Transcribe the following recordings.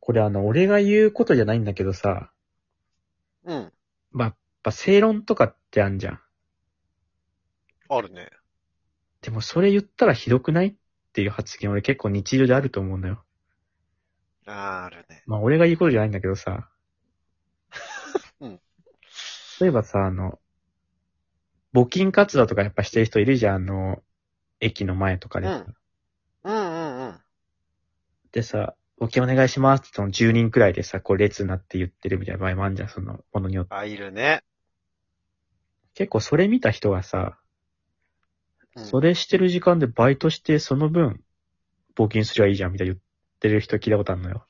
これあの、俺が言うことじゃないんだけどさ、うん。まあ、やっぱ正論とかってあんじゃん。あるね。でもそれ言ったらひどくないっていう発言俺結構日常であると思うんだよ。あーあるね。。まあ、俺が言うことじゃないんだけどさうん。例えばさ、あの、募金活動とかやっぱしてる人いるじゃん、あの、駅の前とかで。うんうんうんうん。でさ、募金お願いしますってその10人くらいでさ、こう列になって言ってるみたいな場合もあるじゃん、そのものによって。あ、いるね。結構それ見た人がさ、うん、それしてる時間でバイトしてその分、募金すりゃいいじゃんみたいな言ってる人聞いたことあるのよ。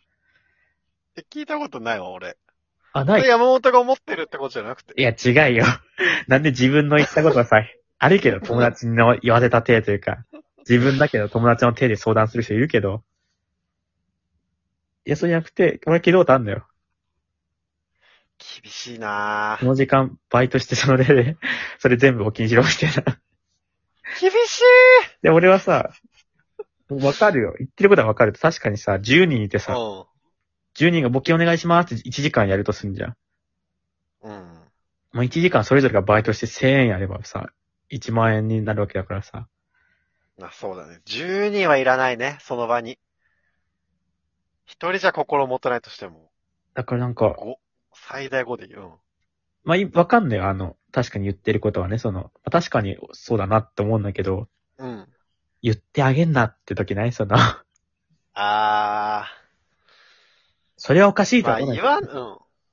え聞いたことないわ、俺。あ、ないそれ山本が思ってるってことじゃなくて。いや、違いよ。 なんで自分の言ったことはさ、 あるけど友達の言わせた手というか、自分だけど友達の手で相談する人いるけど、いや、そうじゃなくて、俺聞いたことあるんだよ。厳しいなこぁ。の時間、バイトしてその例で、それ全部募金しろみたいな。厳しいで、俺はさ、わかるよ。言ってることはわかると、確かにさ、10人いてさ、10人が募金お願いしますって1時間やるとすんじゃん。うん。うん。もう1時間それぞれがバイトして1000円やればさ、1万円になるわけだからさ。あ、そうだね。10人はいらないね、その場に。一人じゃ心もとないとしても、だからなんか、 5、最大5でいい。うん。まあ、いわかんないよ。あの、確かに言ってることはね、その、まあ確かにそうだなって思うんだけど、うん。言ってあげんなって時ないその、 あそれはおかしいー。とまはあ思わない。言わん、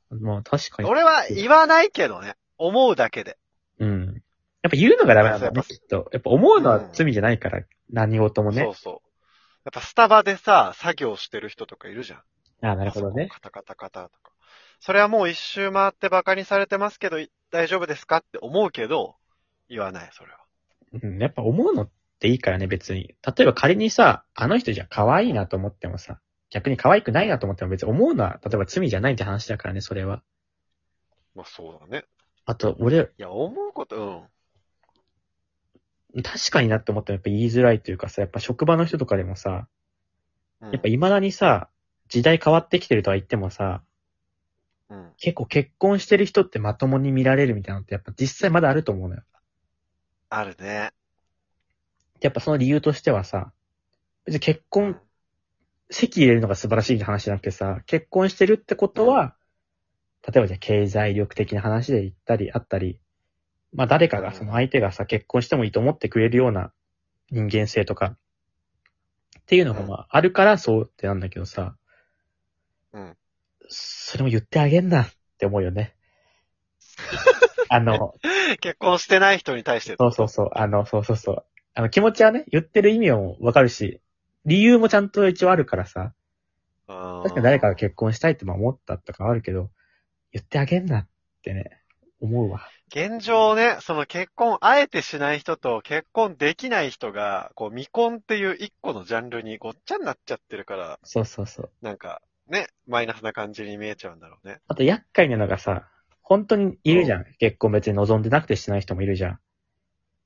うもう確かん。に。俺は言わないけどね。思うだけで。うん。やっぱ言うのがダメなんだね、そうきっと。やっぱ思うのは罪じゃないから、何事もそねう。そう。やっぱスタバでさ、作業してる人とかいるじゃん。ああ、なるほどね。パソコンカタカタカタとか。それはもう一周回ってバカにされてますけど、い大丈夫ですかって思うけど、言わない、それは。うん、やっぱ思うのっていいからね、別に。例えば仮にさ、あの人じゃ可愛いなと思ってもさ、逆に可愛くないなと思っても別に思うのは、例えば罪じゃないって話だからね、それは。まあそうだね。あと、俺、いや、思うこと、うん。確かになって思ってもやっぱ言いづらいというかさ、やっぱ職場の人とかでもさ、うんやっぱ未だにさ、時代変わってきてるとは言ってもさ、うん。結構結婚してる人ってまともに見られるみたいなのってやっぱ実際まだあると思うのよ。あるね。やっぱその理由としてはさ、別に結う婚ん、席入れるのが素晴らしいって話じゃなくてさ、結婚してるってことは、例えばじゃあ経済力的な話で言ったりあったり、まあ誰かが、その相手がさ、結婚してもいいと思ってくれるような人間性とか、っていうのがまああるからそうってなんだけどさ、うん。それも言ってあげんなって思うよ ね。あの、結婚してない人に対して。そうそうそう、あの、そうそうそう。あの、気持ちはね、言ってる意味もわかるし、理由もちゃんと一応あるからさ、確確かに誰かが結婚したいってまあ思ったとかはあるけど、言ってあげんなってね、思うわ。現状ね、その結婚あえてしない人と結婚できない人が、こう未婚っていう一個のジャンルにごっちゃになっちゃってるから、そうそうそう。なんか、ね、マイナスな感じに見えちゃうんだろうね。あと厄介なのがさ、本当にいるじゃん。結婚別に望んでなくてしてない人もいるじゃん。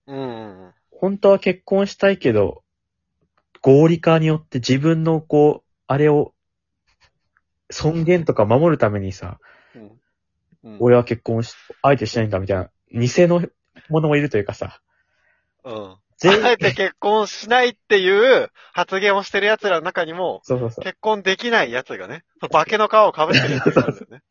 うんうんうん。本当は結婚したいけど、合理化によって自分のこう、あれを、尊厳とか守るためにさ、うんうん俺は結婚し、相手しないんだみたいな、偽の者もいるというか さ、うん。全員あえて結婚しないっていう発言をしてる奴らの中にも、そうそうそう。結婚できない奴がね、化けの皮を被ってる奴がいるんだよね。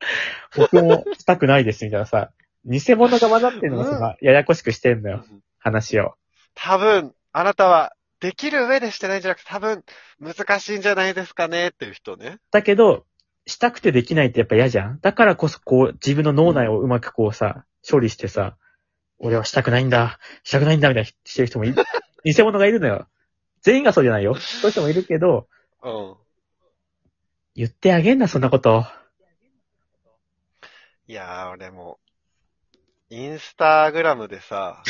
僕もしたくないですみたいなさ、偽物が混ざってるのがさ、ややこしくしてんだよ、うん話を。多分、あなたは、できる上でしてないんじゃなくて、多分、難しいんじゃないですかねっていう人ね。だけど、したくてできないってやっぱ嫌じゃんだからこそこう、自分の脳内をうまくこうさ、処理してさ、俺はしたくないんだ、したくないんだみたいなしてる人もい、 偽物がいるのよ。全員がそうじゃないよ。そういう人もいるけど、うん。言ってあげんな、そんなこと。いやー、俺も、インスタグラムで さ、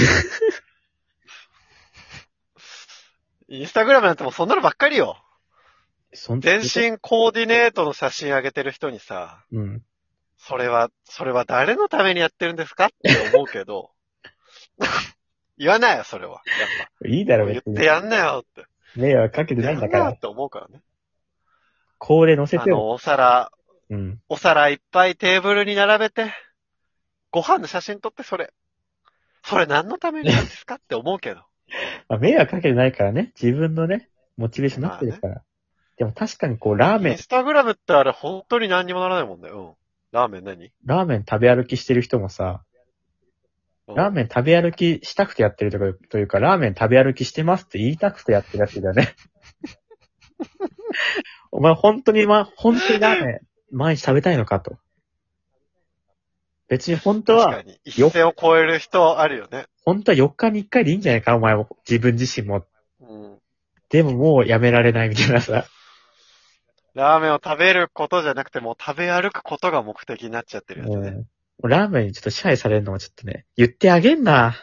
インスタグラムなんてもうそんなのばっかりよ。そん全身コーディネートの写真上げてる人にさ、うん。それは、それは誰のためにやってるんですかって思うけど、 言わないよ、それは。やっいいだぱ。ろ、言っ別にて。やんなよって。迷惑かけてなやいんだんかなよらっ。て思うからね。これ乗せあてよ。の、お皿、うん。お皿いっぱいテーブルに並べて、ご飯の写真撮ってそれ、それ何のためになんですかって思うけど。まあ、迷惑かけてないからね。自分のね、モチベーションになってるから。でも確かにこう、ラーメインン、スタグラムってあれ本当に何にもならないもんね。うん。ラーメン何、ラーメン食べ歩きしてる人もさ、ラーンメン食べ歩きしたくてやってるとか、というか、ラーメン食べ歩きしてますって言いたくてやってるやつだよ ね。お前本当に、ま、本当にラーメン、毎日食べたいのかと。別に本当確かは、に。一線を超える人あるよね。本当は4日に1回でいいんじゃないか、お前も。自分自身も。うん。でももうやめられないみたいなさ。ラーメンを食べることじゃなくて、もう食べ歩くことが目的になっちゃってるやつうね。んラーメンにちょっと支配されるのはちょっとね、言ってあげんな。